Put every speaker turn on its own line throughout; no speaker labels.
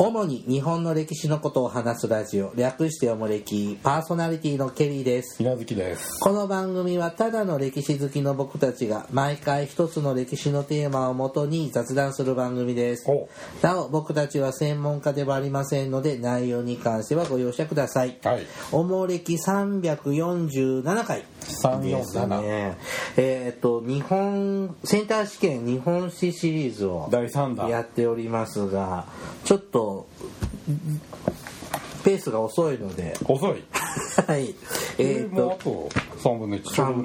主に日本の歴史のことを話すラジオ略しておもれきパーソナリティのケリーです
平月です
この番組はただの歴史好きの僕たちが毎回一つの歴史のテーマをもとに雑談する番組です
お
なお僕たちは専門家ではありませんので内容に関してはご容赦ください、
はい
おもれき347回です
347
ねえーっと日本センター試験日本史シリーズを
第3弾
やっておりますがちょっとペースが遅いので
遅い
はい
え
えー
ー、
っ
もうあ
と
と3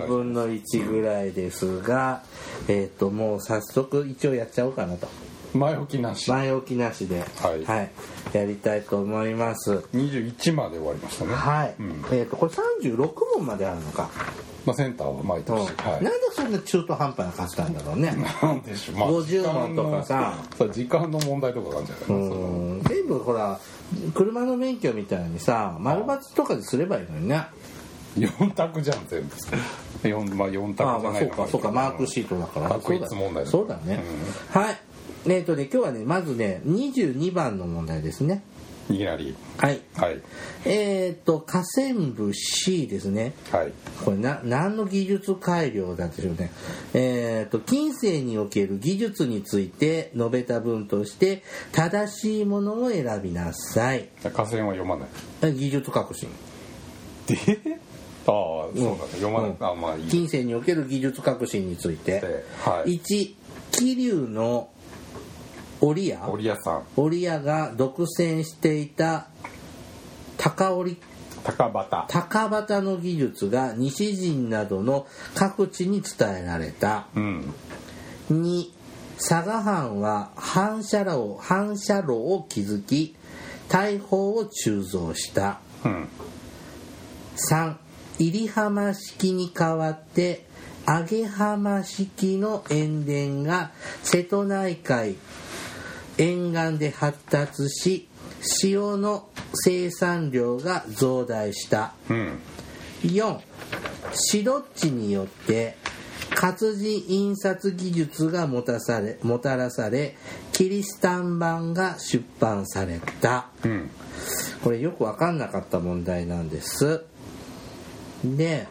分の1ちょうど
3分の
ぐらい
1ぐらいですがえーっともう早速一応やっちゃおうかなと
前置きなし
前置きなしで
はい
やりたいと思います
21まで終わりましたね
はい、
うん
えーっとこれ36問まであるのか、
まあ、センターは毎年、
うん
はい
なんでそんな中途半端な感じなんだろう ね
なんでしょう、ま
50問とかさ
時間のそう時間の問題とかなんじゃないのその
うん全部ほら車の免許みたいにさ丸×とかですればいいのにね
4択じゃん全部4まあ4
ああま
択じゃ
あ
な
そ
いう
かそうかマークシートだから
確率問題
そうだねはいえっとね今日はねまずね22番の問題ですね
いきなり
はい
はい
えっと河川部 C ですね
はい
これな何の技術改良だったでしょうね。えっ、と近世における技術について述べた文として正しいものを選びなさい。
河川は 読まない
技術革新。
でああそうだね、読まない、
うん
あまあいい
近世における技術革新について、
はい
1桐生の織屋
織屋さん
織屋が独占していた高織
高畑
高畑の技術が西陣などの各地に伝えられた
うん
2佐賀藩は反射炉を反射炉を築き大砲を鋳造した
うん
3入浜式に代わって揚浜式の塩田が瀬戸内海沿岸で発達し塩の生産量が増大した
うん
4白っちによって活字印刷技術がもたされもたらされキリシタン版が出版された
うん
これよく分かんなかった問題なんですで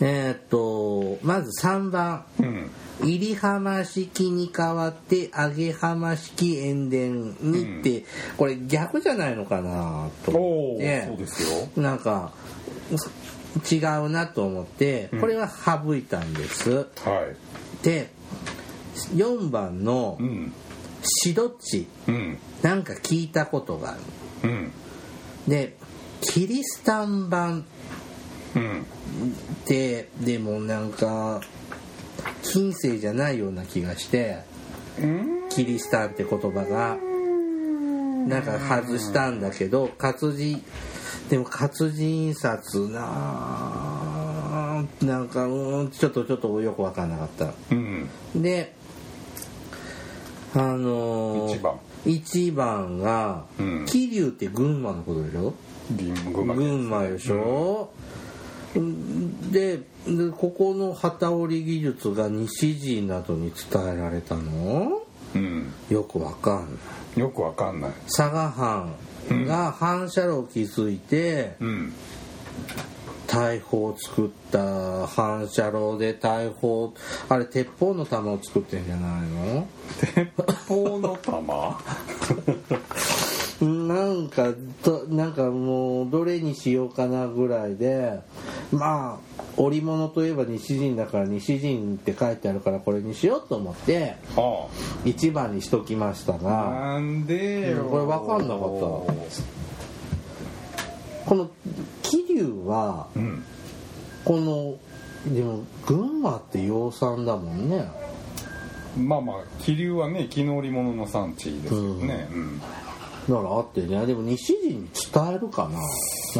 えーっとまず3番
うん
入浜式に代わって揚浜式塩田にって、これ逆じゃないのかなと思
おお、
って
そうですよ
なんか違うなと思ってこれは省いたんです、
はい
で4番の
うん
「しどっち
うん」
なんか聞いたことがある
うん
でキリスタン版
うん
ってでもなんか近世じゃないような気がして
うん
キリシタンって言葉がなんか外したんだけど活字でも活字印刷なあなんかうーんちょっとちょっとよく分かんなかった
うん
であのー、
一番
一番が
うん
桐生、って群馬のことでしょ
銀群馬県
群馬でしょ、うんででここの機織り技術が西陣などに伝えられたの
うん
よくわかんない
よくわかんない
佐賀藩が反射炉を築いて
うん
大砲を作った反射炉で大砲あれ鉄砲の弾を作ってんじゃないの
鉄砲の玉
なんかどなんかもうどれにしようかなぐらいでまあ織物といえば西陣だから西陣って書いてあるからこれにしようと思って
あ
1番にしときました
あ
が
なんでよ
これわかんなかっこの桐生は
うん
このでも群馬って養蚕だもんね
まあまあ気流はね絹織物の産地ですよね、うん
だからあってねでも西陣に伝えるかな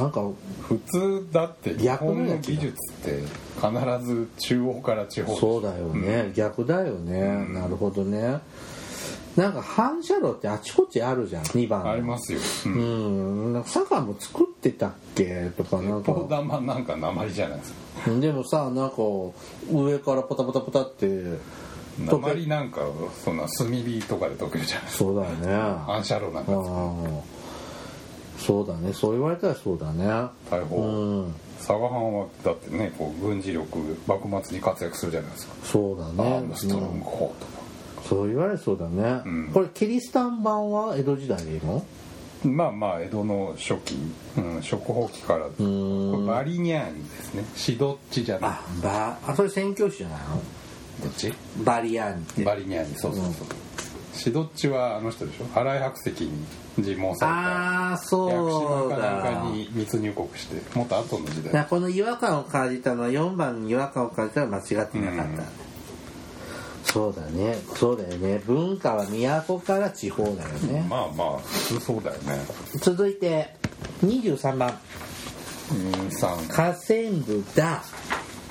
なんか
普通だって日
逆の
本の
やつだ
技術って必ず中央から地方
そうだよね、逆だよね、なるほどねなんか反射炉ってあちこちあるじゃん2番の
ありますよ、う、
うんんなんか佐賀も作ってたっけとかなん
ポ
か
ダマなんか鉛じゃないですか
でもさなんか上からポタポタポタってと
鉛なんかそんな炭火とかで溶けるじゃない
そうだよね
アンシャロなん
う
か
んそうだねそう言われたらそうだね
大砲、
うん
佐賀藩はだってねこう軍事力幕末に活躍するじゃないですか、
そうだ
ア
ね
ームストロング砲とか、
うんそう言われたらそうだね、
うん
これキリシタン版は江戸時代でいいの
まあまあ江戸の初期、うん、初歩期から
ん
これバリニャーニですねシドッチじゃな
あばあそれ宣教師じゃない
いどっち
のバリアンって
バリニャーニそうそうそう、シドッチはあの人でしょ新井白石に尋問さ
ああ
れた薬師
そ
の
う
かなん
だ
かに密入国してもっと後の時代
なこの違和感を感じたのは4番に違和感を感じたのは間違ってなかった、
うん
そうだねそうだよね文化は都から地方だよね、
まあまあ普通そうだよね
続いて23番「河川部だ」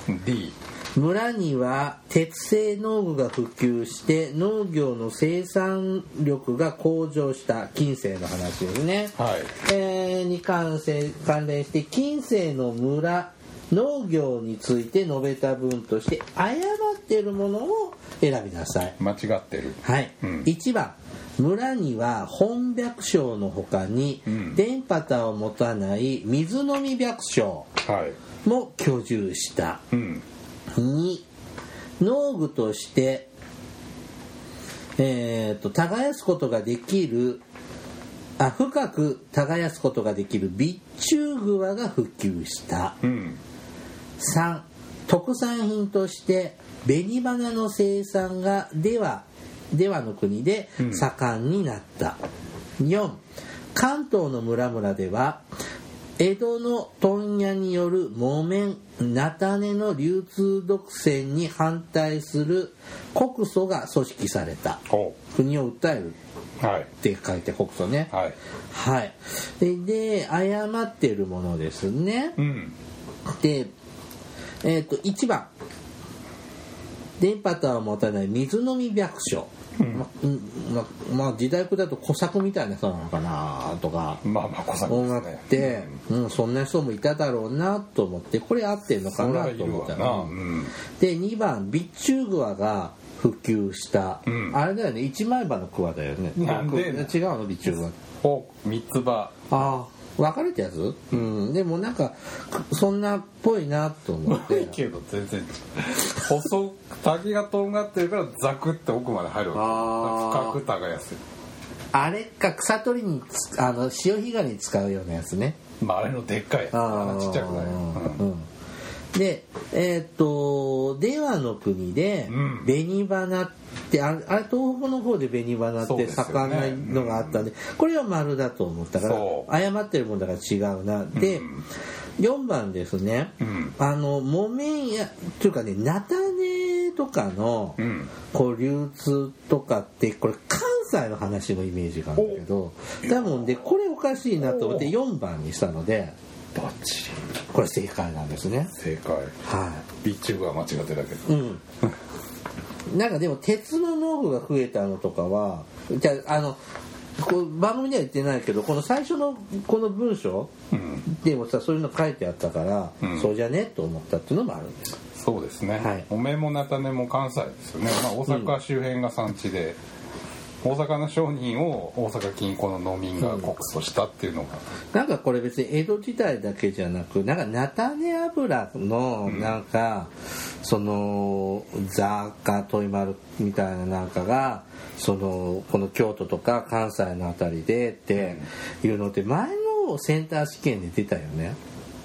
23D
村には鉄製農具が普及して農業の生産力が向上した近世の話ですね、
はい
えーに関せ関連して近世の村農業について述べた文として誤っているものを選びなさい
間違ってる
はい、
うん
1番村には本百姓の他に、
うん
電波塔を持たない水飲み百姓
はい
も居住した
うん
2農具として、えー、と耕すことができるあ深く耕すことができる備中桑が普及した
うん
3特産品として紅花の生産がではではの国で
うん
盛んになった、4関東の村々では江戸の問屋による木綿菜種の流通独占に反対する告訴が組織された
お
国を訴える
はい
って書いて告訴ね
はい
はいでで誤っているものですね
うん
で、えっと1番電波とは持たない水飲み百姓、まうんままあ時代句だと小作みたいな人なのかなとか
まあまあ小作
思っ
ですね
て、うん、そんな人もいただろうなと思ってこれ合ってんのか
そりゃ
ないと
る
思っ
わ
た
な
ら
うん
で2番備中桑が普及した、
うん
あれだよね一枚刃の桑だよね
なんで
違うの備中桑
お三つ葉
ああ別れたやつうんでもなんかくそんなっぽいなと思っ
悪い
て
けど全然違う細く竹がとんがってるからザクって奥まで入る
あー
わけ深く耕す
あれか草取りにつあの潮干狩りに使うようなやつね
まああれのでっかいやつあ
あ
ん
あ
なちっちゃくない
うんでえーっとではの国で
うん
紅花ってあれあれ東北の方で紅花っ
そう
て
ですよね
盛んないのがあったんでこれは丸だと思ったから
そう
誤ってるもんだから違うなで
うん
4番ですね
うん
あの木綿やというかね菜種とかの
うん
こう流通とかってこれ関西の話のイメージがあるんだけどだもんでこれおかしいなと思って4番にしたので
バッチ
これ正解なんですね
リ正解
は
ビッチューブは間違ってたけど
いうんなんかでも鉄の農具が増えたのとかはじゃああのこう番組では言ってないけどこの最初のこの文章
うん
でもさそういうの書いてあったから、
うん
そうじゃねと思ったっていうのもあるんです
そうですね、
はい
おめも菜種も関西ですよね、まあ、大阪周辺が産地で、大阪の商人を大阪近郊の農民が告訴したっていうのが、
なんかこれ別に江戸時代だけじゃなくなんか菜種油のなんか、その雑貨トイマルみたいななんかがそのこの京都とか関西のあたりでっていうのって前のセンター試験で出たよね、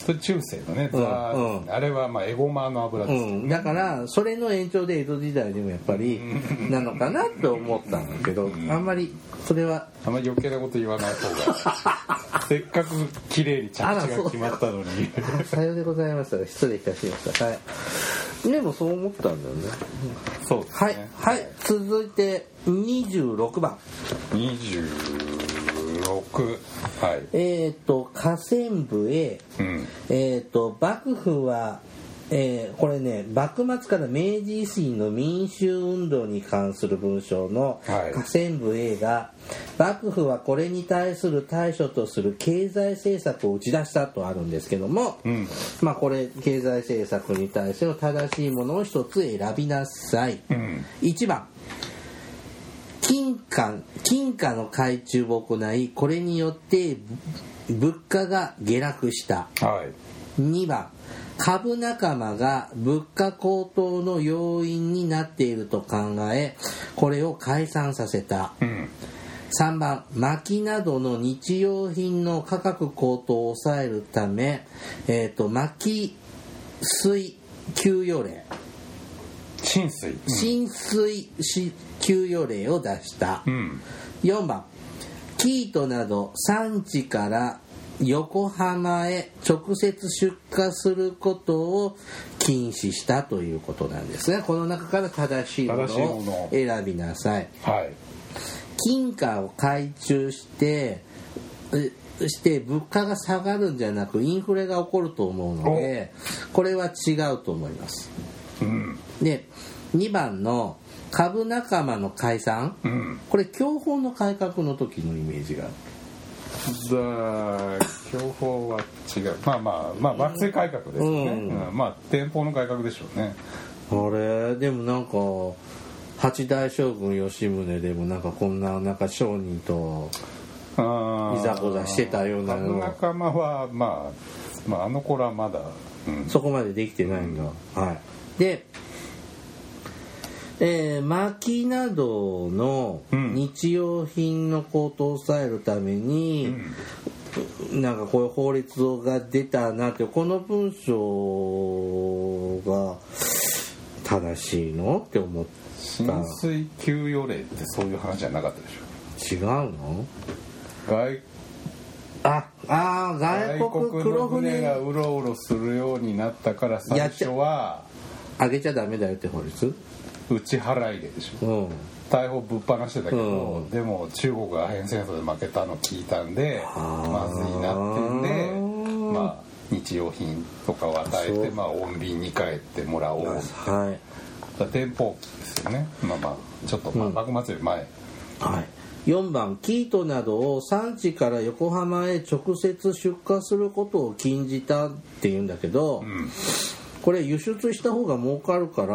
それ中世のね、
うん
ザー
うん
あれはまあエゴマの油
う
です、
ん、だからそれの延長で江戸時代でもやっぱりなのかなと思ったんだけどあんまりそれは
あんまり余計なこと言わない方 がせっかく綺麗に着地
あらそう
が決まったのに
さようでございましたが失礼いたしましたはいでもそう思ったんだよね
そうです
はい
ね、
はい、続いて26番。
26はい
えっ、と、河川部へ、
うん
えっ、と、幕府はえーこれね幕末から明治維新の民衆運動に関する文章の
はい
下線部 A が幕府はこれに対する対処とする経済政策を打ち出したとあるんですけども、
ん
まあこれ経済政策に対しての正しいものを一つ選びなさい、
うん
1番金貨金貨の改鋳を行いこれによって物価が下落した
はい
2番株仲間が物価高騰の要因になっていると考えこれを解散させた
うん
3番薪などの日用品の価格高騰を抑えるため、えー、と薪水給与令
浸水
浸水し給与令を出した
うん、うん
4番生糸など産地から横浜へ直接出荷することを禁止したということなんですねこの中から正しいも
正しいも
の
の
を選びなさい
はい
金貨を改鋳してうして物価が下がるんじゃなくインフレが起こると思うのでこれは違うと思います
うん
で2番の株仲間の解散
うん
これ教法の改革の時のイメージがある
だ教法は違うまあまあまあ学生改革ですよね、
うん
うんまあ天保の改革でしょうね
あれでもなんか八大将軍吉宗でもなんかこんななんか商人と
あー
いざこざしてたような
株仲間は、まあ、まああの頃はまだ、うん
そこまでできてないんだ、はいでえー、薪などの
うん
日用品の高騰を抑えるために、なんかこういう法律が出たなってこの文章が正しいのって思った
浸水給与令ってそういう話じゃなかったでし
違うの
ょ外
ああー外国
外国の
黒
船が
船
うろうろするようになったから最初は
あげちゃダメだよって法律
打ち払いででしょ
うん
大砲ぶっ放してたけど、
うん
でも中国がアヘン戦争で負けたの聞いたんで
ー
まずいなってんでまあ日用品とかを与え
そ
て
う
まあ穏便に帰ってもらおうだか
はい
ら天保期ですよねまあまあちょっとまあ
うん
幕末より前、
はい、4番生糸などを産地から横浜へ直接出荷することを禁じたっていうんだけど、
ん
これ輸出した方が儲かるから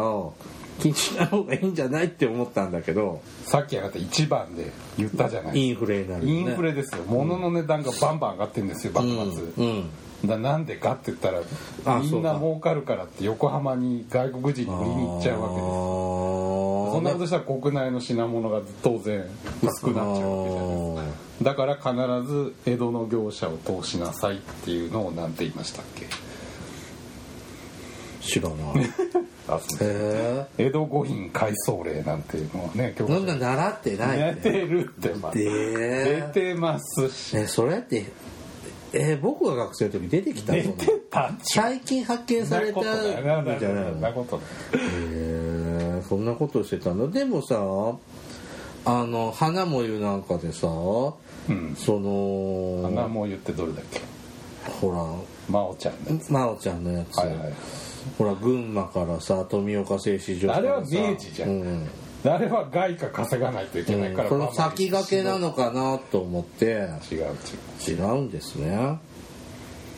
禁止した方がいいんじゃないって思ったんだけど
さっき上がった1番で言ったじゃない
インフレになるよね
インフレですよ物の値段がバンバン上がってるんですよ幕末、
うん
だなんでかって言ったら
あ
み
そ
ん
う
な
か
儲かるからって横浜に外国人に売りに行っちゃうわけですよそんなことしたら国内の品物が当然薄くなっちゃうわけじゃないですか
あー
だから必ず江戸の業者を通しなさいっていうのをなんて言いましたっけ
知らないへ
あそう
え
江戸五品改装令なんていうのをね今
そん
日
な習ってない
や
ね
ってるってまあ出
で
てますし
えそれってえー僕が学生の時出てきた
出
そんな
てたんちゃう
最近発見されたんじゃ
なこと
ない
ない
の
なことない
へえそんなことしてたんだでもさあの花もゆなんかでさ、
うん
そ
花
の
も言ってどれだっけ
ほ
真央ちゃん
ら
ね
真央ちゃんのやつ、
はいはい
ほら群馬からさ富岡製糸場からさ
あれは明治じゃん
うん
あれは外貨稼がないといけないから、
その先駆けなのかなと思って
違う違う
違うんですね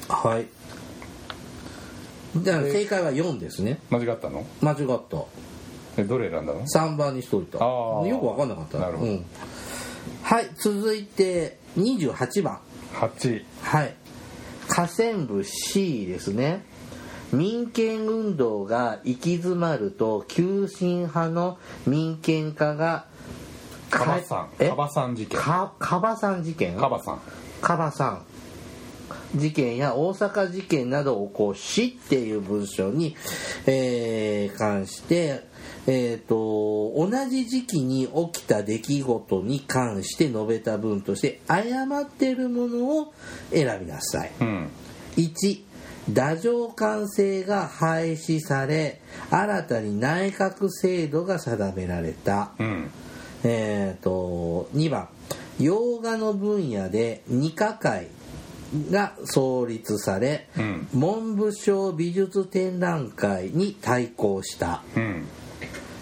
はいじゃあ正解は4ですね
間違ったの
間違った
えどれ選んだの
3番にしといた
あー
よく分かんなかった
なるほど
うんはい続いて28番
8
はい河川部 C ですね民権運動が行き詰まると急進派の民権化が
カバさん
え
カバさん事件
かカバさん事件
カバさん
カバさん事件や大阪事件などを起こしっていう文章に、えー関して、えー、と同じ時期に起きた出来事に関して述べた文として誤っているものを選びなさい。
うん
1太政官制が廃止され新たに内閣制度が定められた。
うん
えー、と2番洋画の分野で二科会が創立され、
うん
文部省美術展覧会に対抗した
うん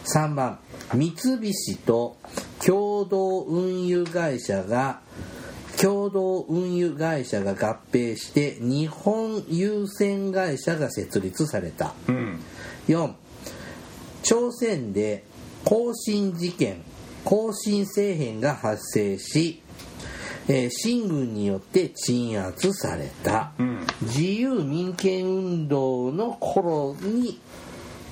3番三菱と共同運輸会社が共同運輸会社が合併して日本郵船会社が設立された
うん
4朝鮮で更新事件更新政変が発生し、えー清軍によって鎮圧された、
うん
自由民権運動の頃に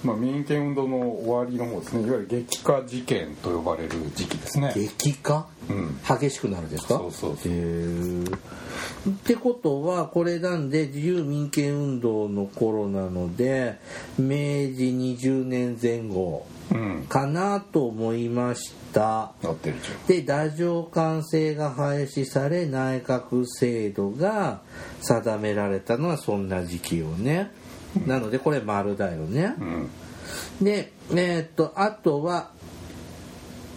まあ、民権運動の終わりの方ですねいわゆる激化事件と呼ばれる時期ですね
激化、
うん
激しくなるですか
そうそうそう
へーってことはこれなんで自由民権運動の頃なので明治20年前後
うん
かなと思いました
なってるじ
で太政官制が廃止され内閣制度が定められたのはそんな時期よねなのでこれ丸だよね
ゃんうん
でえーっとあとは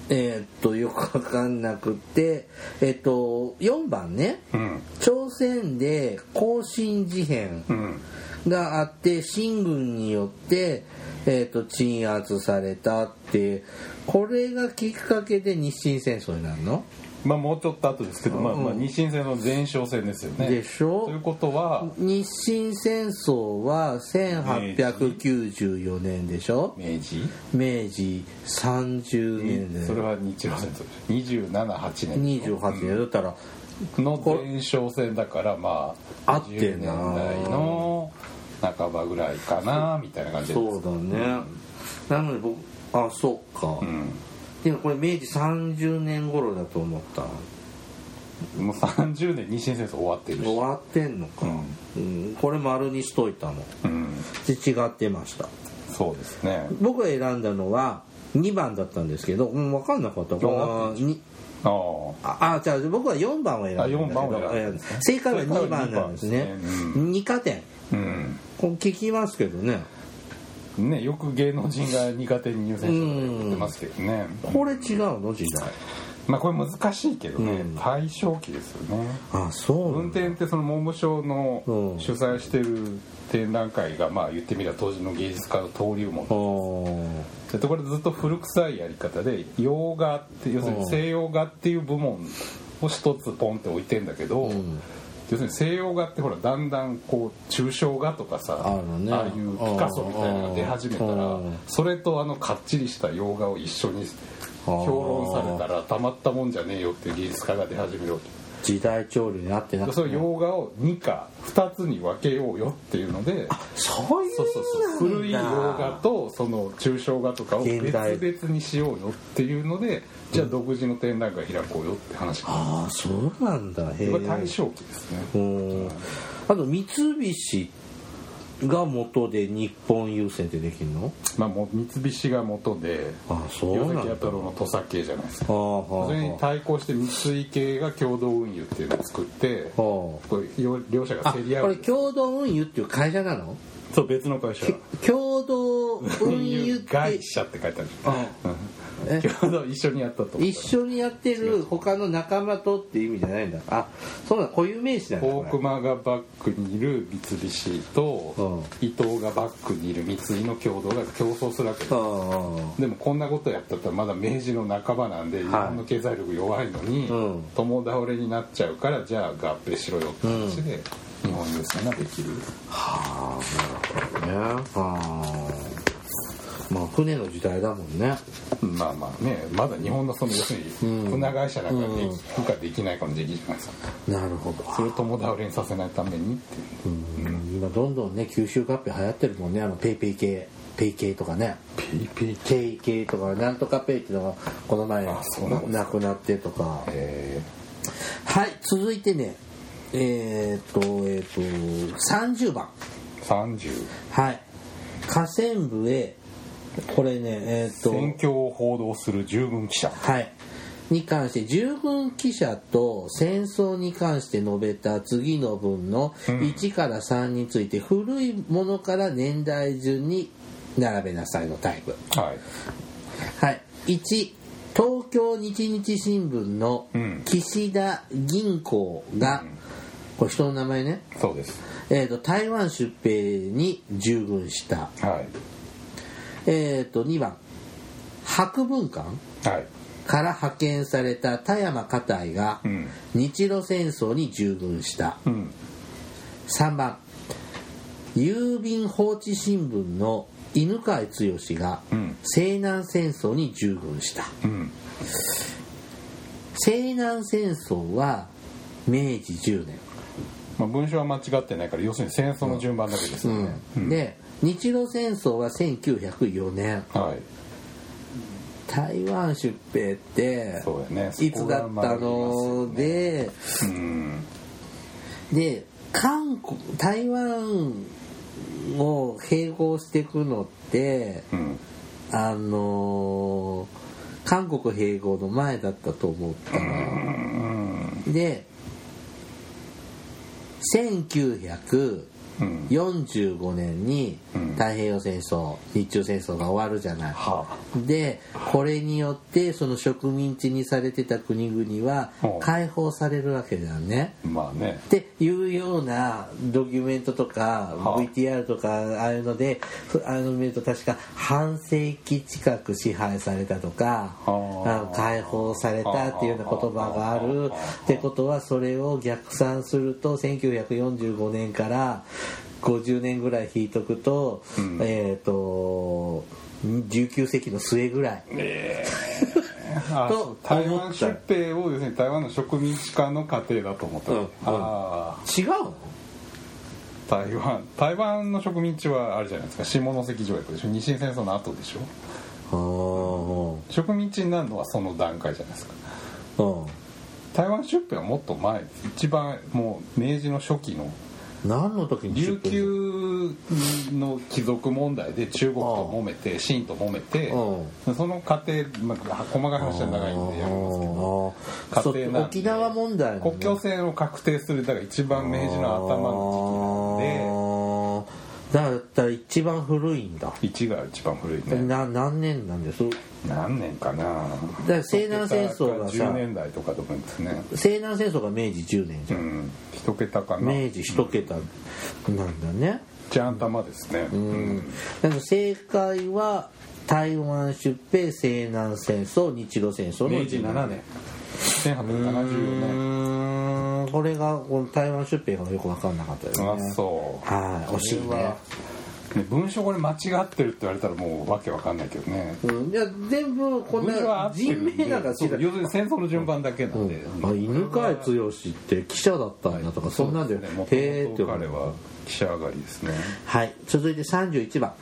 えーっとよくわかんなくてえーっと4番ね
うん
朝鮮で更新事変
うん
があって清軍によって、えー、と鎮圧されたってこれがきっかけで日清戦争になるの、
まあもうちょっと後ですけど、まあ、
うん
まあ日清戦の前哨戦ですよね
でしょ
ということは
日清戦争は1894年でしょ
明治
明治30年で
それは日露戦争278年
28年だったら
の前哨戦だからまあ
合ってんな
20年代の半ばぐらいかなみたいな感じです
そうだねなので僕あそうか
うん
でもこれ明治30年頃だと思った
もう30年日清戦争終わってるし
終わってんのか、うんこれ丸にしといたの
うん
で違ってました
そうですね
僕が選んだのは2番だったんですけど、うん、分かんなかったこのに
ああ
ああじゃあ僕は4番を選んだん
あ四番
だ
を
け
選
ど
んだんですね
正解は2番なんですね
正解は二番ですね
2加点
うん
これ聞きますけどね
ね、よく芸能人が苦手に入選者とか言ってますけどね、
これ違うの時代
まあ、これ難しいけどね、
うん
対象期ですよね
あそうな
運
んだ
転ってその文部省の
うん
主催してる展覧会がまあ言ってみれば当時の芸術家の登竜門
あー
でこれずっと古臭いやり方で洋画って要す
う
る
ん
に西洋画っていう部門を一つポンって置いてんだけど、
うん
要するに西洋画ってほらだんだんこう抽象画とかさ
あるね
ああいうピカソみたいなのが出始めたら
うん
それとあのかっちりした洋画を一緒に評論されたらたまったもんじゃねえよっていう技術家が出始めようと。
時代潮流になってな
で
く
そ
て
の洋画を2か2つに分けようよっていうので
そういう意味なんだ
そうそうそう古い洋画とその抽象画とかを
現
別
代
々にしようよっていうのでじゃあ独自の展覧会開こうよって話が
ああそうなんだへえ
これ大正期ですね
うんあと三菱が元で日本郵船ってできるの
まあもう三菱が元で
あそう
岩
なん
崎
だ
弥太郎の土佐系じゃないですか
はあはあ
それに
は
対抗して三井系が共同運輸っていうのを作って
あ
こ
は
れ両両者
ああ
が
こ
競り合う
れ共同運輸っていう会社なの
そう別の会社
共同運
運
輸っ
輸
て
会社って書いてある
え
共同一緒にやったと思っ
一
た
緒にやってる他の仲間とっていう意味じゃないんだあそうなん固有名詞なんだ
大
こ
熊がバックにいる三菱と伊藤がバックにいる三井の共同が競争するわけです
れうん
でもこんなことやったったらまだ明治の半ばなんで日本の経済力弱いのに
うん
共倒れになっちゃうからじゃあ合併しろよって話で日本郵船ができる
はあなるほどねはあまあ船の時代だもんね
まあまあねまだ日本のその要するに
うん
船会社なんかで
うん
きるかできないかの時期じゃないですか
なるほど
それを共倒れにさせないためにっていう
うん今どんどんね九州合併流行ってるもんねあのペイペイ系ペイ系とかね
ペイペイ
ケイ系とかなんとかペイっていうのがこの前
あそうなんです
なくなってとか
え
はい続いてねえーっとえーっと30番
ー30
はい河川部へこれねえーっと
戦況を報道する従軍記者
はい、に関して従軍記者と戦争に関して述べた次の文の1から3について古いものから年代順に並べなさいのタイプ。
はい
はい、1東京日日新聞の
うん
岸田銀行がこれ人の名前ね、
そうです
えー、と台湾出兵に従軍した、
は
えー、と2番博文館
いはい
から派遣された田山家隊が
うん
日露戦争に従軍した
うん
3番郵便放置新聞の犬飼剛が
うん
西南戦争に従軍した
うん
西南戦争は明治10年
まあ、文章は間違ってないから要するに戦争の順番だけですよね、うん
で日露戦争は1904年
はい
台湾出兵って
そうやね
いつだったので
うん
で韓国台湾を併合していくのって
うん
あのー韓国併合の前だったと思ったの
うん
で1945
うん
年に
うん
太平洋戦争日中戦争が終わるじゃない。
は
でこれによってその植民地にされてた国々は
うん
解放されるわけだよね。
あまあね
っていうようなドキュメントとか
はあ
VTR とかああいうのでそあの見ると確か半世紀近く支配されたとか
はあ
あの解放されたっていうような言葉がある
はあ
ってことはそれを逆算すると1945年から50年ぐらい引いとくと、
うん
えっ、と19世紀の末ぐらい。
ええ あ
と
そう台
思
湾
った
出兵を要するに台湾の植民地化の過程だと思った、
うんうん
ああ
違うの
台湾台湾の植民地はあれじゃないですか下関条約でしょ日清戦争の後でしょ
あ
植民地になるのはその段階じゃないですか
あうん
台湾出兵はもっと前一番もう明治の初期の
何の時に
琉
出てる
球の貴族問題で中国と揉めて清と揉めて
う
その過程、まあ、細かい話は長いんでやりますけど
あー
家庭なんで
そう沖縄問題のね
国境線を確定するだから一番明治の頭の時期なん
あ
で
ーだから一番古いんだ、
一が一番古いね
な何年なんですだか
何年かな
ら西南戦争が
10
さ
年代とかとかですね
西南戦争が明治10年じ
う
ゃん、
ん一桁かな
明治一桁なんだね
じゃん玉ですね
うん、だから正解は台湾出兵西南戦争日露戦争の
明治7年1874年
うーんこれがこの台湾出兵がよく分かんなかったですね
あそう
はい惜しいね
これはね文章これ間違ってるって言われたらもうわけわかんないけどね
うん、いや全部こん
文章は合
な
って
人
るで
名なんか
そう
違う
要するに戦争の順番だけなんで、
あ犬飼剛って記者だったんだとかそんなんで
そうですねも
へえって
とも
思
と彼
う
は記者上がりですね
はい続いて31番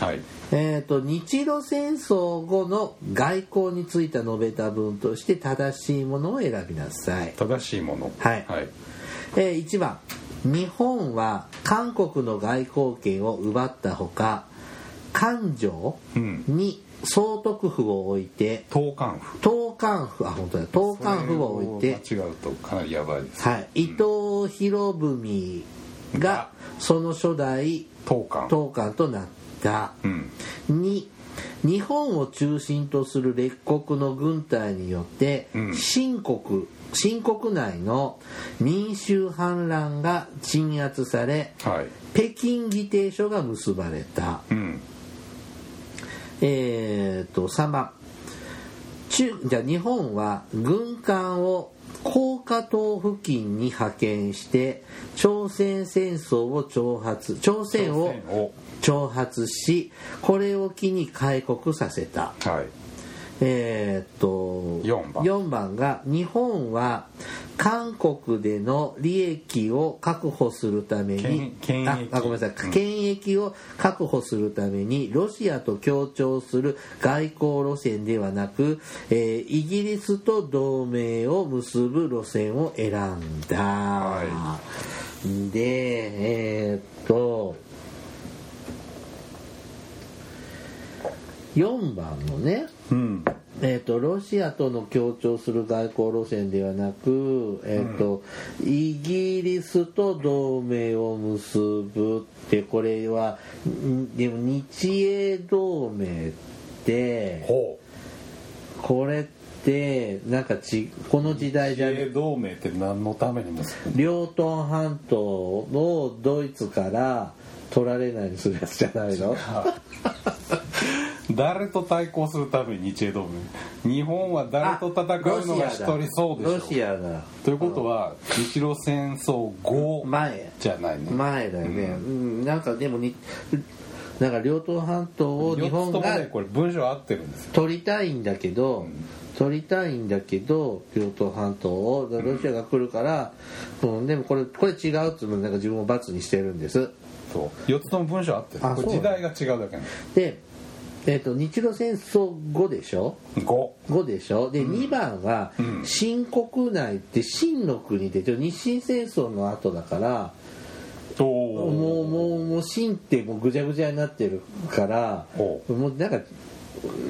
はい
えー、と日露戦争後の外交について述べた文として正しいものを選びなさい、
正しいもの
はい
はい
えー1番日本は韓国の外交権を奪ったほか韓城
うん
に総督府を置いて
東韓府
東韓府あ本当だ東韓府を置いて
それを間違うとかなりやばいです
はい、伊藤博文がその初代
東韓
統監となった
うん
2日本を中心とする列国の軍隊によって
うん
新国新国内の民衆反乱が鎮圧され
はい
北京議定書が結ばれた、
うん
えー、と3番中じゃあ日本は軍艦を高架島付近に派遣して朝鮮戦争を挑発朝鮮を
を
挑発しこれを機に開国させた
はい
えーっと
四番
4番が日本は韓国での利益を確保するために
権権益
ああごめんなさい、
うん
権益を確保するためにロシアと協調する外交路線ではなく、えーイギリスと同盟を結ぶ路線を選んだ、
は
でえーっと4番のね、
うん
えー、とロシアとの協調する外交路線ではなく、えーとイギリスと同盟を結ぶってこれはんでも日英同盟って
ほ
これってなんかちこの時代じゃ
自衛同盟って何のためにも
両トン半島をドイツから取られないようにするやつじゃないの
誰と対抗するために日英同盟日本は誰と戦うのが一人そうでしょ
ロシアだ
ということは日露戦争後
前
じゃないね
前だよね、うんなんかでもになんか両党半島を日
4
本
つとも
が
ねこれ文章合ってるんですよ
取りたいんだけど、取りたいんだけど両党半島をロシアが来るから、うん、でもこれこれ違うっていうのをなんか自分を罰にしてるんです
そう4つとも文章合ってる
あ
これ
そう
時代が違うだけな
で、えっと日露戦争後でしょ
の5
5でしょで、2番は
うん
新国内って秦の国でちょ日清戦争の後だから
と
もうもうもう秦ってもうぐちゃぐちゃになってるから
ほ
もうなんか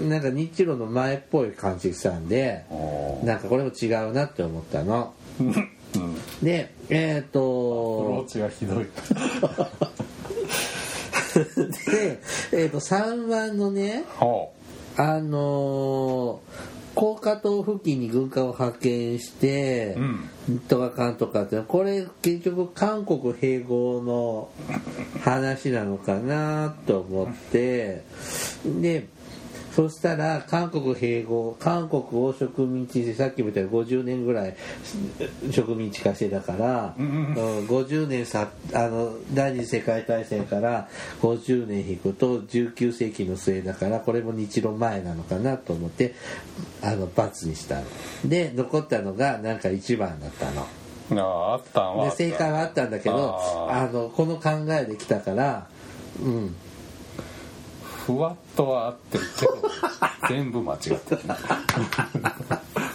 なんか日露の前っぽい感じしたんで
おー
なんかこれも違うなって思ったの
うん
でえっ、
アプロー
と
チがひどい
で、えー、と3番のね
ほ
あのー、高架島付近に軍艦を派遣して、とかかんとかってこれ結局韓国併合の話なのかなと思ってでそしたら韓国併合韓国を植民地でさっきみたいに50年ぐらい植民地化してたから、
うんうん
うん50年さあの第二次世界大戦から50年引くと19世紀の末だからこれも日露前なのかなと思ってあの×にしたので残ったのがなんか1番だったの
うあああったんは
で
あった
正解はあったんだけど
あ
あのこの考えできたからうん
ふわっとは合ってるけど 全部間違ってる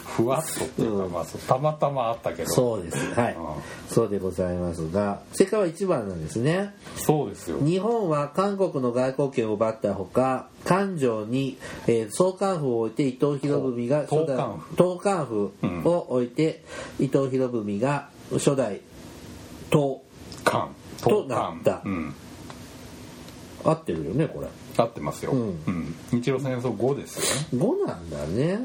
ふわっとっていうか、
うん
まあ、そうたまたまあったけど
そうですはい
あ
そうでございますが正解は1番なんですね
そうですよ
日本は韓国の外交権を奪ったほか官庁に、えー総監府を置いて伊藤博文が
と
初代党官府
うん
を置いて伊藤博文が初代党
缶
となった
うん、
合ってるよねこれ
合ってますよ、う
うんん
日露戦争後ですよね
5なんだね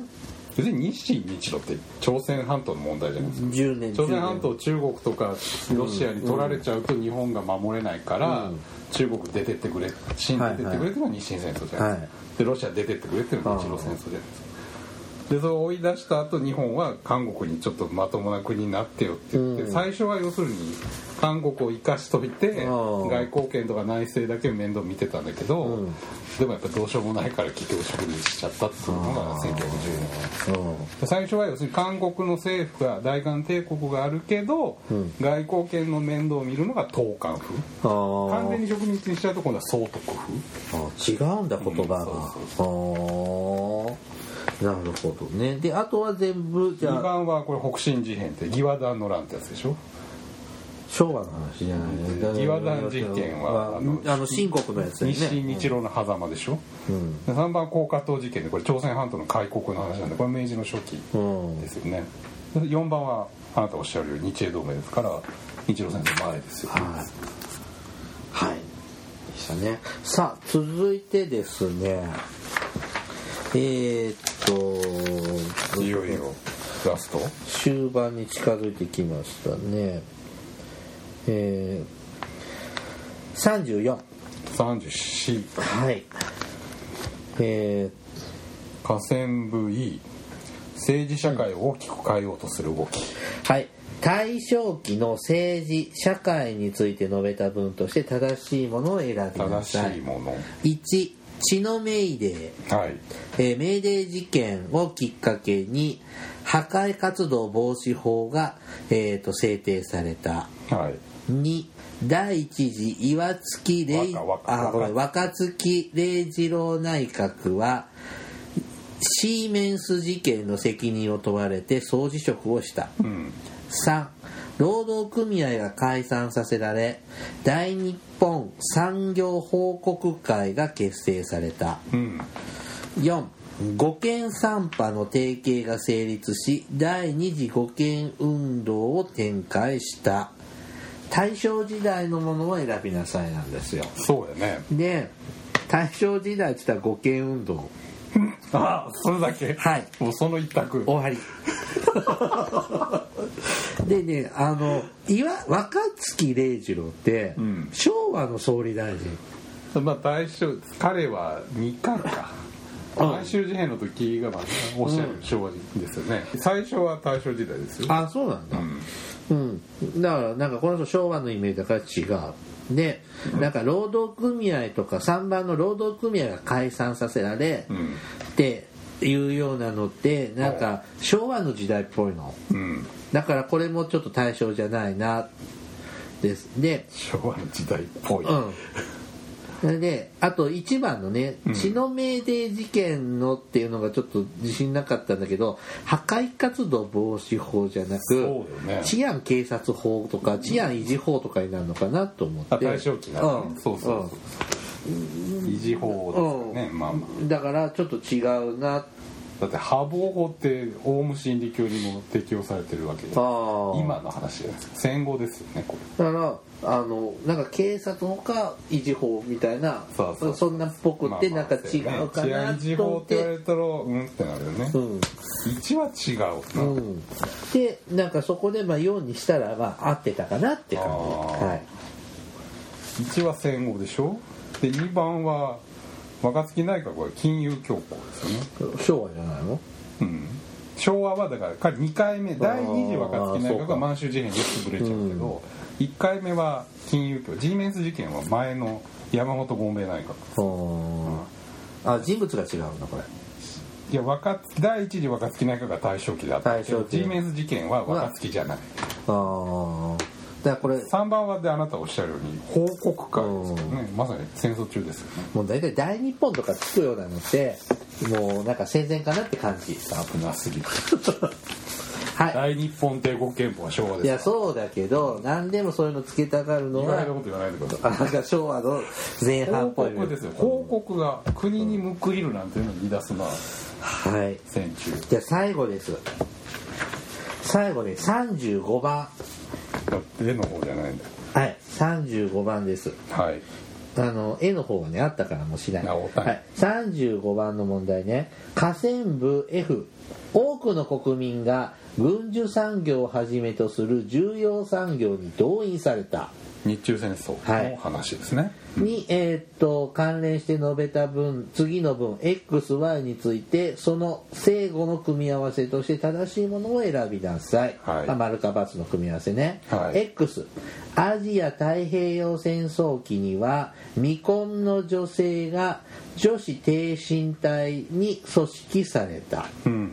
別に日清日露って朝鮮半島の問題じゃないですか
10年
朝鮮
10年
半島中国とかロシアに取られちゃうと日本が守れないから、
うん
中国出てってくれ清出てってくれっていうのは日清戦争じゃないですか、
はい
でロシア出てってくれっていうのは日露戦争じゃないですかでそれを追い出した後日本は韓国にちょっとまともな国になってよって言って、
うん
最初は要するに韓国を生かしといて
あー
外交権とか内政だけ面倒見てたんだけど、
うん
でもやっぱどうしようもないから結局植民地しちゃったっていうのが1910年。
そう
最初は要するに韓国の政府が大韓帝国があるけど、
うん
外交権の面倒を見るのが東韓府
あ
完全
ー
に植民地にしちゃうと今度は総督府
あ違うんだ言葉が、
うん
あーなるほどねであとは全部じゃ
2
あ
番はこれ北進事変って義和団の乱ってやつでしょ
昭和の話じゃないね
義和団事件は
あのあの新国のやつだよ
日
ね
清日露の狭間でしょ、
うん
で3番は高架島事件でこれ朝鮮半島の開国の話なんでこれ明治の初期
うん
ですよねで4番はあなたおっしゃるように日英同盟ですから日露戦争前ですよ、
はい。はい。でしたね。さあ、続いてですね。えーっと、
いよいよラスト
終盤に近づいてきましたね。えー、34。
34
はい。え
河川部 E 政治社会を大きく変えようとする動き
ー、はい。大正期の政治、社会について述べた文として正しいものを選びな
正し
さ
い
い。
もの
1、血の命令。
はい
えー、明デ事件をきっかけに破壊活動防止法が、えー、と制定された
はい
2第一次岩槻礼
若若
あごめん若槻礼次郎内閣はシーメンス事件の責任を問われて総辞職をした
うん
3労働組合が解散させられ大日本産業報告会が結成された
うん
4五権三派の提携が成立し第二次五権運動を展開した大正時代のものを選びなさいなんですよ
そうやね
で大正時代って言ったら五権運動
あ それだけ
はい
もうその一択
終わ りでねあのいわ若槻礼二郎って、
ん
昭和の総理大臣
まあ大正彼は2回か
うん
大正事変の時がまあおっしゃる昭和ですよね、最初は大正時代ですよ
あそうなんだうん、だからなんかこの人昭和のイメージだから違うでなんか労働組合とか3番の労働組合が解散させられ、
ん
っていうようなのってなんか昭和の時代っぽいの
うん
だからこれもちょっと対象じゃないなですで
昭和の時代っぽい、
うんそれであと1番のね「血の命令事件の」っていうのがちょっと自信なかったんだけど破壊活動防止法じゃな
そう
く、
だよね
治安警察法とか治安維持法とかになるのかなと思って
あ大正期な、
うん、
そうそうそう、維持法ですよね、まあまあ
うんだからちょっと違うな
だって破防法ってオウム真理教にも適用されてるわけで
あー
今の話じゃないですか戦後ですよねこれ
だからあのなんか警察のか維持法みたいな
そうそう
そんなっぽくってなんか違うか
治安
な
維持
と思
法
っ
って言わ
て
れ。たらうんってなるよね、
うん
一1は違うな、
うん、でなんかそこでまあ4にしたらまあ合ってたかなって感じ、
あー
はい、
1は戦後でしょで2番は若槻内閣は金融恐慌ですよね、
昭和じゃないの
うん、昭和はだから彼2回目第2次若槻内
そう
閣
か
は満州事変で潰れちゃうけど、1回目は金融恐慌 G メンス事件は前の山本豪米内閣
あ人物が違うんだこれ
いや若槻第1次若槻内閣が大正期だったけど
大正期
G メンス事件は若槻じゃない
ああだからこれ
3番はであなたおっしゃるように報告会ですけどねまさに戦争中ですよね
もう大体大日本とかつくようなのってもうなんか戦前かなって感じ
危なすぎる
は
大日本帝国憲法は昭和
いい
で
や
すか
そうだけど何でもそういうのつけたがる
ら
の
意外な
は
こと言わないでください
あなんか昭和の前半
報
っぽい
告ですよ報告が国に報いるなんていうのを言い出すのは
はい
戦中
じゃあ最後です最後ね35番
絵の方じゃないんだ
はい35番です
はい
あの絵の方はねあったからもうしない、
あ
は
おはい
い、35番の問題ね河川部 F 多くの国民が軍需産業をはじめとする重要産業に動員された
日中戦争の話ですね、
に、えーっと関連して述べた分次の分 XY についてその正誤の組み合わせとして正しいものを選びなさい、
はい
まあ丸か×の組み合わせね、
はい
X アジア太平洋戦争期には未婚の女性が女子低身体に組織された
うん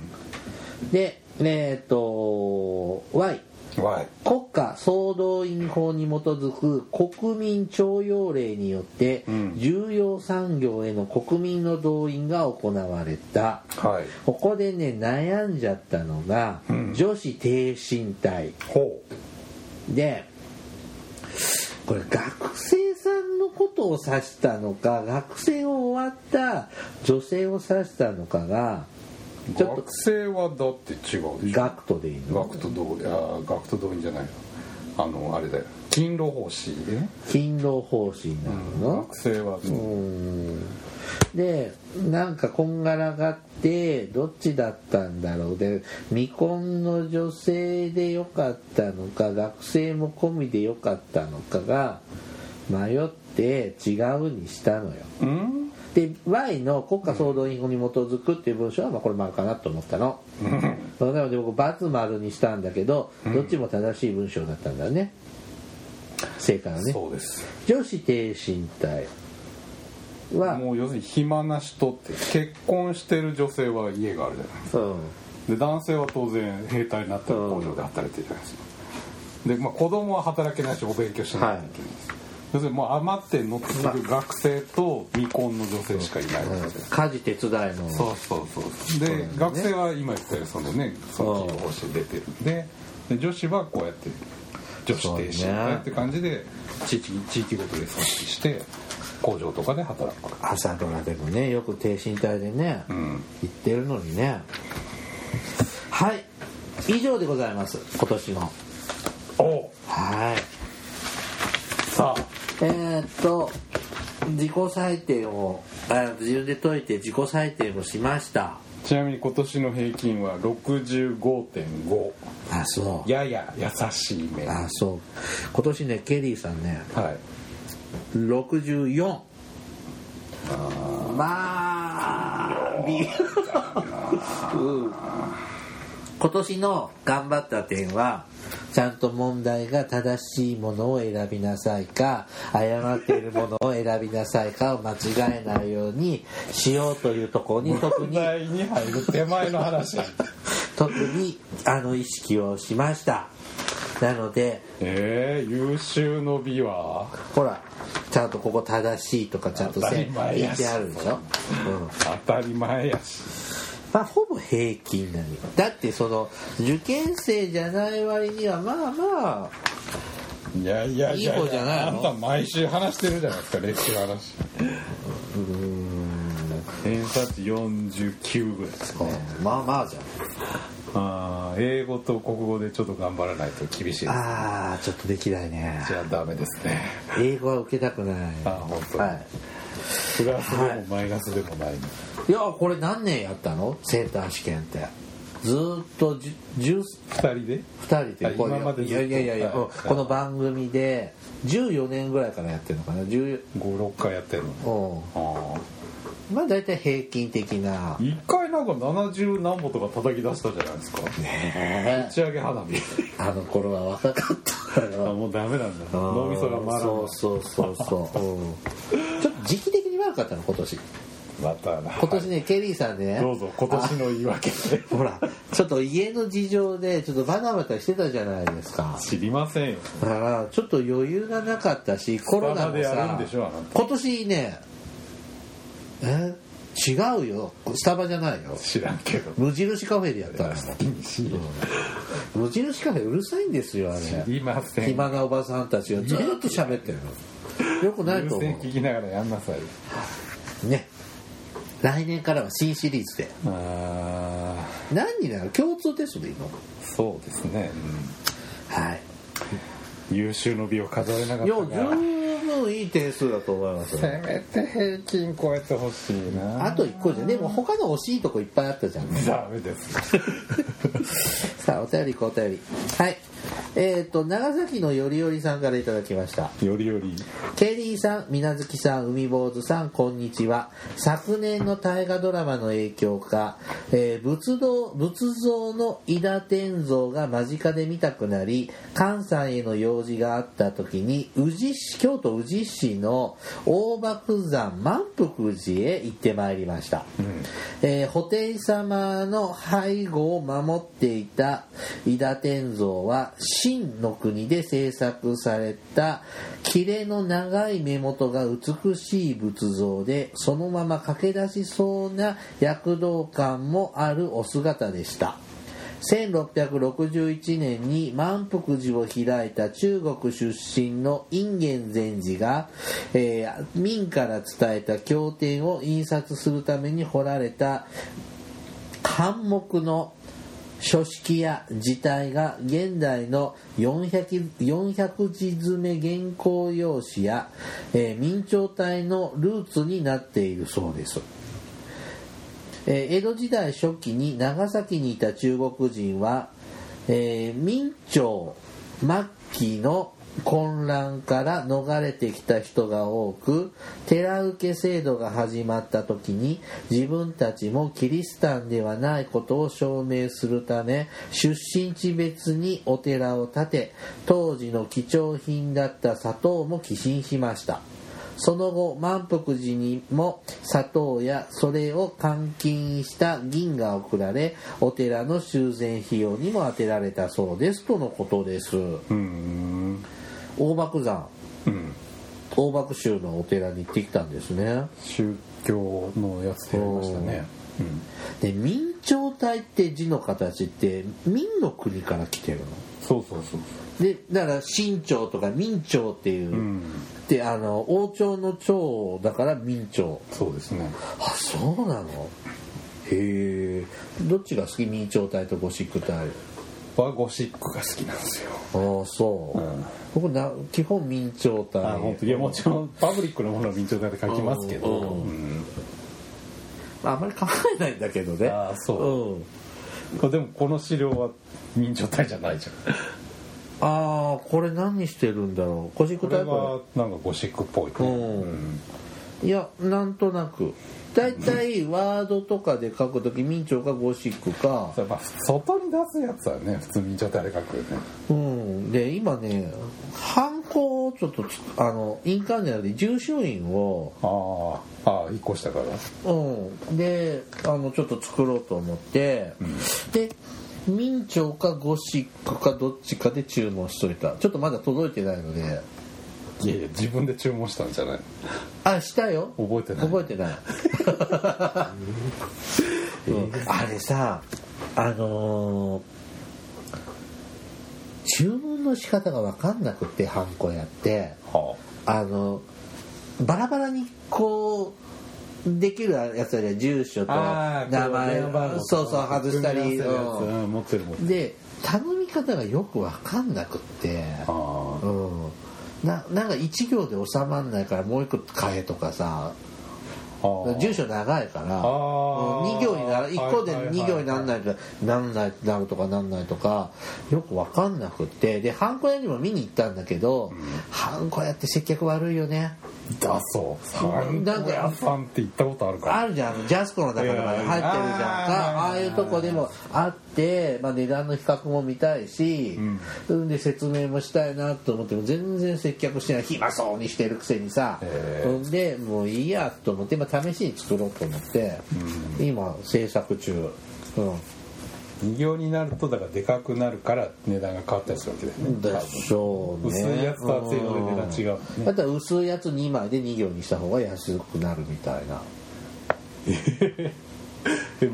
でえーっと Y
わい
国家総動員法に基づく国民徴用令によって
うん
重要産業への国民の動員が行われた
はい
ここでね悩んじゃったのが、
うん
女子低身体
ほ
でこれ学生さんのことを指したのか学生を終わった女性を指したのかが
う
ちょっと
学生はだって違うでしょ
学徒でいいの
学徒動員あ学徒動員じゃないよあのあれだよ勤労奉仕でね
勤労方針になるの、
学生はもう
でなんかこんがらがってどっちだったんだろうで未婚の女性でよかったのか学生も込みでよかったのかが迷って違うにしたのよ
うん
で Y の国家総動員法に基づくっていう文章はまあこれ丸かなと思ったのな ので僕×丸にしたんだけどどっちも正しい文章だったんだね正解はね
そうです
女子低身体は
もう要するに暇な人って結婚してる女性は家があるじゃない
うん
で男性は当然兵隊になったり工場で働いてるじゃないですか、で、まあ、子供は働けないしお勉強しなきゃいけないです、要するにもう余って乗ってくる学生と未婚の女性しかいないわけで、
家事手伝いの
そうそうそうで、学生は今言ったようにそのねその企業方針出てるんでで女子はこうやって女子停
そう
止
ね
って感じで地域地域ごとで組織して工場とかで働く
朝ドラでもねよく低身体でね、
ん
行ってるのにねはい以上でございます今年の
お
はい
さあ
えー、っと自己採点をあ自分で解いて自己採点もしました
ちなみに今年の平均は65.5
あそう
やや優しい目は
あそう今年ねケリーさんね
い
64まあ微妙うん今年の頑張った点はちゃんと問題が正しいものを選びなさいか誤っているものを選びなさいかを間違えないようにしようというところに特
問
に
題に入る手前の話
特にあの意識をしましたなので
えー、優秀の美は
ほらちゃんとここ正しいとかちゃんと
当たり
線
前
引い
やして
あるでしょ、うん
当たり前やし
まあ、ほぼ平均なのよだってその受験生じゃない割にはまあまあ
いやいやいや
いい子じゃないの
あんた毎週話してるじゃないですか歴史の話偏差値49ぐらいですね
うんまあまあじゃん
あー英語と国語でちょっと頑張らないと厳しいですじ
ああちょっとできないね
ゃあダメですね
英語は受けたくない
あ本当
は
プラスでもマイナスでもないの、
い、いやこれ何年やったのセンター試験ってずーっとじゅ
二人で
12人で
あ
こう
今までず
い
っと
やいやいやいや、
はい
この番組で14年ぐらいからやってるのかな14
56回やってるの
うん
あ
まあ大体平均的な
あ一回なんか70何歩とか叩き出したじゃないですか打ち上げ花火
あの頃は若かった
あ
よ
もうダメなんだ脳みそが回ら
そう
な
そうそう そう、うんちょっと時期的に悪かったの今年
いまたな
今年ね、ケリーさんね
どうぞ今年の言い訳で
ほらちょっと家の事情でちょっとバタバタしてたじゃないですか
知りませんよ
だからちょっと余裕がなかったしコロナも
スタバでやる
さ
んでしょあなた
今年ねえ違うよスタバじゃないよ
知らんけ ど
無印カフェでやったんです無印カフェうるさいんですよあ
知
れ
りません
暇なおばさんたちがずっと喋ってるのよくないと
優
思
先聞きながらやんなさいう
ね来年からは新シリーズで
あ
何になる共通テストでいいの
ーそうですね、
はい
うん優秀の美を飾れなかっ
いや
た
十
が
分いい点数だと思います
せめて平均超えてほしいな
あと1個じゃんでも他の惜しいとこいっぱいあ ったじゃん
ダメです
さあお便りいこうお便りはいえっ、と長崎のよりよりさんからいただきました
よりより
ケリーさん、水無月さん、海坊主さん、こんにちは。昨年の大河ドラマの影響か、えー仏像仏像の伊田天像が間近で見たくなり、関西への用事があった時に、宇治市、京都宇治市の大漠山満腹寺へ行ってまいりました。えー、布袋様の背後を守っていた伊田天像は秦の国で制作された切れの長い目元が美しい仏像でそのまま駆け出しそうな躍動感もあるお姿でした。1661年に満腹寺を開いた中国出身の隠元禅師が、えー明から伝えた経典を印刷するために彫られた漢目の書式や字体が現代の 400, 400字詰め原稿用紙や、えー明朝体のルーツになっているそうです。えー江戸時代初期に長崎にいた中国人は、えー明朝末期の混乱から逃れてきた人が多く寺受け制度が始まった時に自分たちもキリシタンではないことを証明するため出身地別にお寺を建て当時の貴重品だった砂糖も寄進しました。その後満腹寺にも砂糖やそれを換金した銀が贈られお寺の修繕費用にも充てられたそうですとのことです
うん
大漠山
うん
大漠州のお寺に行ってきたんですね
宗教のやつやりましたねうん
で明朝体って字の形って明の国から来てるの
そうそうそう
でだから清朝とか明朝っていう、
そううん
であの王朝の朝だから明朝
そうですね
あそうなのへえどっちが好き明朝体とゴシック体
はゴシックが好きなんですよ
ああそう、
うん
僕な基本明朝体
あ本当いやもちろんパブリックのものは民調体で書きますけど、
うん
うん
まあ、あまり考えないんだけどね、
あーそう
ん、
これでもこの資料は民調体じゃないじゃん
ああこれ何してるんだろうゴシッ
こ
ク
れ
体こ
はなんかゴシックっぽい、
れうん、いやなんとなく大体ワードとかで書くとき明朝かゴシックか
やっぱ外に出すやつはね普通民調体で書くよね
うん、で今ねハンコをちょっとつあの印鑑じゃなくて住所印を、
ああああ1個したから
うん、であのちょっと作ろうと思って、で明朝かゴシックかどっちかで注文しといたちょっとまだ届いてないので
いやいや自分で注文したんじゃない
あしたよ
覚えてない
覚えて ない、うんあれさあのー注文の仕方が分かんなくてハンコやって
は
あのバラバラにこうできるやつは住所と名前そうそう外したりうん
持ってる持ってる
で頼み方がよく分かんなくって
あ
うんななんか1行で収まらないからもう1個変えとかさ
あああ
住所長いから
あー
2行になら1個で
はいはいはい
2行にならないとなんないってなるとかなんないとかよく分かんなくってでハンコ屋にも見に行ったんだけど、ハンコ屋って接客悪いよね
だそうサン
なん
コ
か
屋さんって行ったことあるから
あるじゃんあのジャスコの中とかに入ってるじゃん
いやい
か
や
ああいうとこでもあって、まあ、値段の比較も見たいし、うん、で説明もしたいなと思っても全然接客しない暇そうにしてるくせにさ、
ええ
ほんでもういいやと思って、まあ、試しに作ろうと思って、今制作中、
2行になるとだからでかくなるから値段が変わったりするわけだよ
うん、
ね
でしょうね
薄いやつと厚いので値段違う
うんだったら薄いやつ2枚で2行にした方が安くなるみたいな
で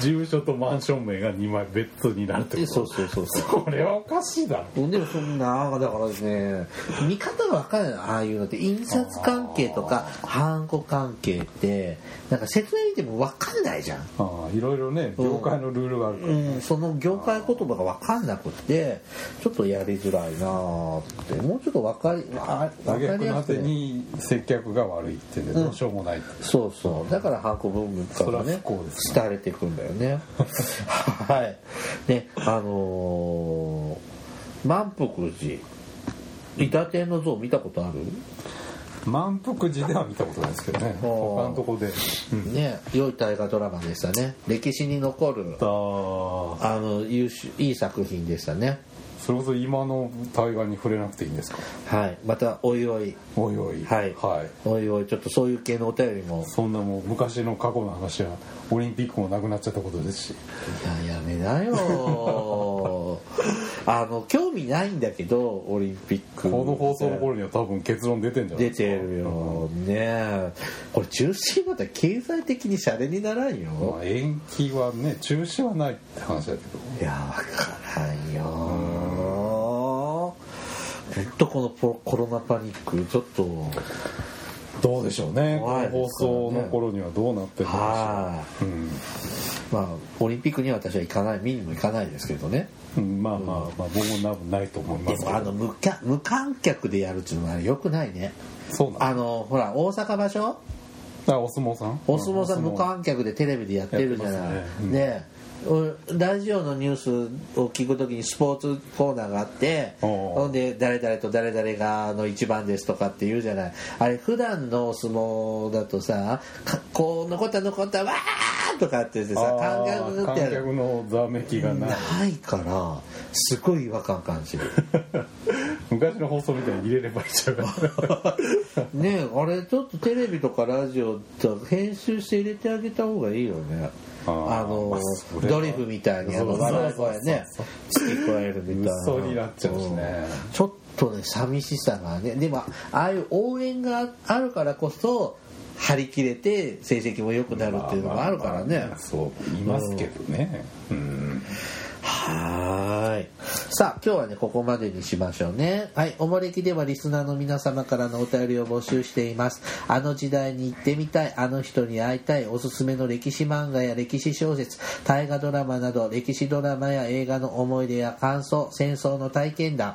住所とマンション名が2枚別になるって
でそう
こと
そうそうそう
これはおかしいだろ
でもそんなだからですね見方が分からないああいうのって印刷関係とかハンコ関係ってなんか説明見ても分かんないじゃん、
ああいろいろね業界のルールがあるから、
うん、その業界言葉が分かんなくってちょっとやりづらいなあってもうちょっと分かりあ
打
分か
撃
り
の
や
果
す
て
くね
に接客が悪いってね、どうしようもない
そうそうだからハンコ文化が
そりゃ
ね
不幸ですね
廃れていくんだよね はいねあのー満腹寺伊達天の像見たことある
満腹時では見たことないですけどね他のとこで、うん、
ね、良い大河ドラマでしたね歴史に残る
ああ
あの優秀いい作品でしたね
それこそ今の対岸に触れなくていいんですか
はいまたおいおい
おいおい
はいおいおいちょっとそういう系のお便りも
そんなもう昔の過去の話はオリンピックもなくなっちゃったことですし
いややめなよ あの興味ないんだけどオリンピック
この放送の頃には多分結論出てんじゃない
出
ですか
てるよねえこれ中止また経済的にシャレにならんよ
まあ、延期はね中止はないって話だけど
いやわからんよほんとこのポコロナパニックちょっと
どうでしょうねこ
怖い
の放送の頃にはどうなってるんでしょう、
は
うん
い、まあオリンピックには私は行かない見にも行かないですけどね
うんまあまあまあ僕も多分ないと思い
で
ますけ
も
ど
あの無観無観客でやるっていうのはよくないね
そうなんだ
あのほら大阪場所
あお相撲さん
お相撲さん
う
無観客でテレビでやってるじゃない
やってますねうん
ねおラジオのニュースを聞くときにスポーツコーナーがあって
おうおう
ほんで誰々と誰々がの一番ですとかって言うじゃないあれ普段のお相撲だとさかこう残った残ったわーとかって言ってさ
あー
観客ってやる
観客のざわめきがない
ないからすごい違和感感じる
昔の放送みたいに入れればいいじゃん
ねえあれちょっとテレビとかラジオと編集して入れてあげた方がいいよね
あ
あ
ーま
の
あそれは
ドリフみたいにあの
そうそうそう
笑い声ね付け加えるみたいな
嘘になっちゃうしね
んちょっとね寂しさがねでもああいう応援があるからこそ張り切れて成績も良くなるっていうのがあるからね
そういますけどねうん
はいさあ今日はねここまでにしましょうねはいおもれきではリスナーの皆様からのお便りを募集していますあの時代に行ってみたいあの人に会いたいおすすめの歴史漫画や歴史小説大河ドラマなど歴史ドラマや映画の思い出や感想戦争の体験談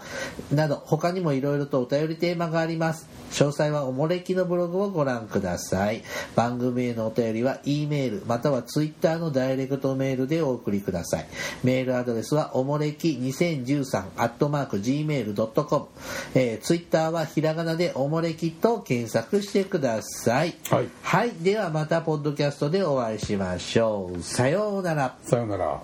など他にもいろいろとお便りテーマがあります詳細はおもれきのブログをご覧ください番組へのお便りは E メールまたは Twitter のダイレクトメールでお送りくださいメールアドレスはおもれき2013アットマーク Gmail.com、えー、Twitter はひらがなでおもれきと検索してください
はい
ではまたポッドキャストでお会いしましょうさようなら
さようなら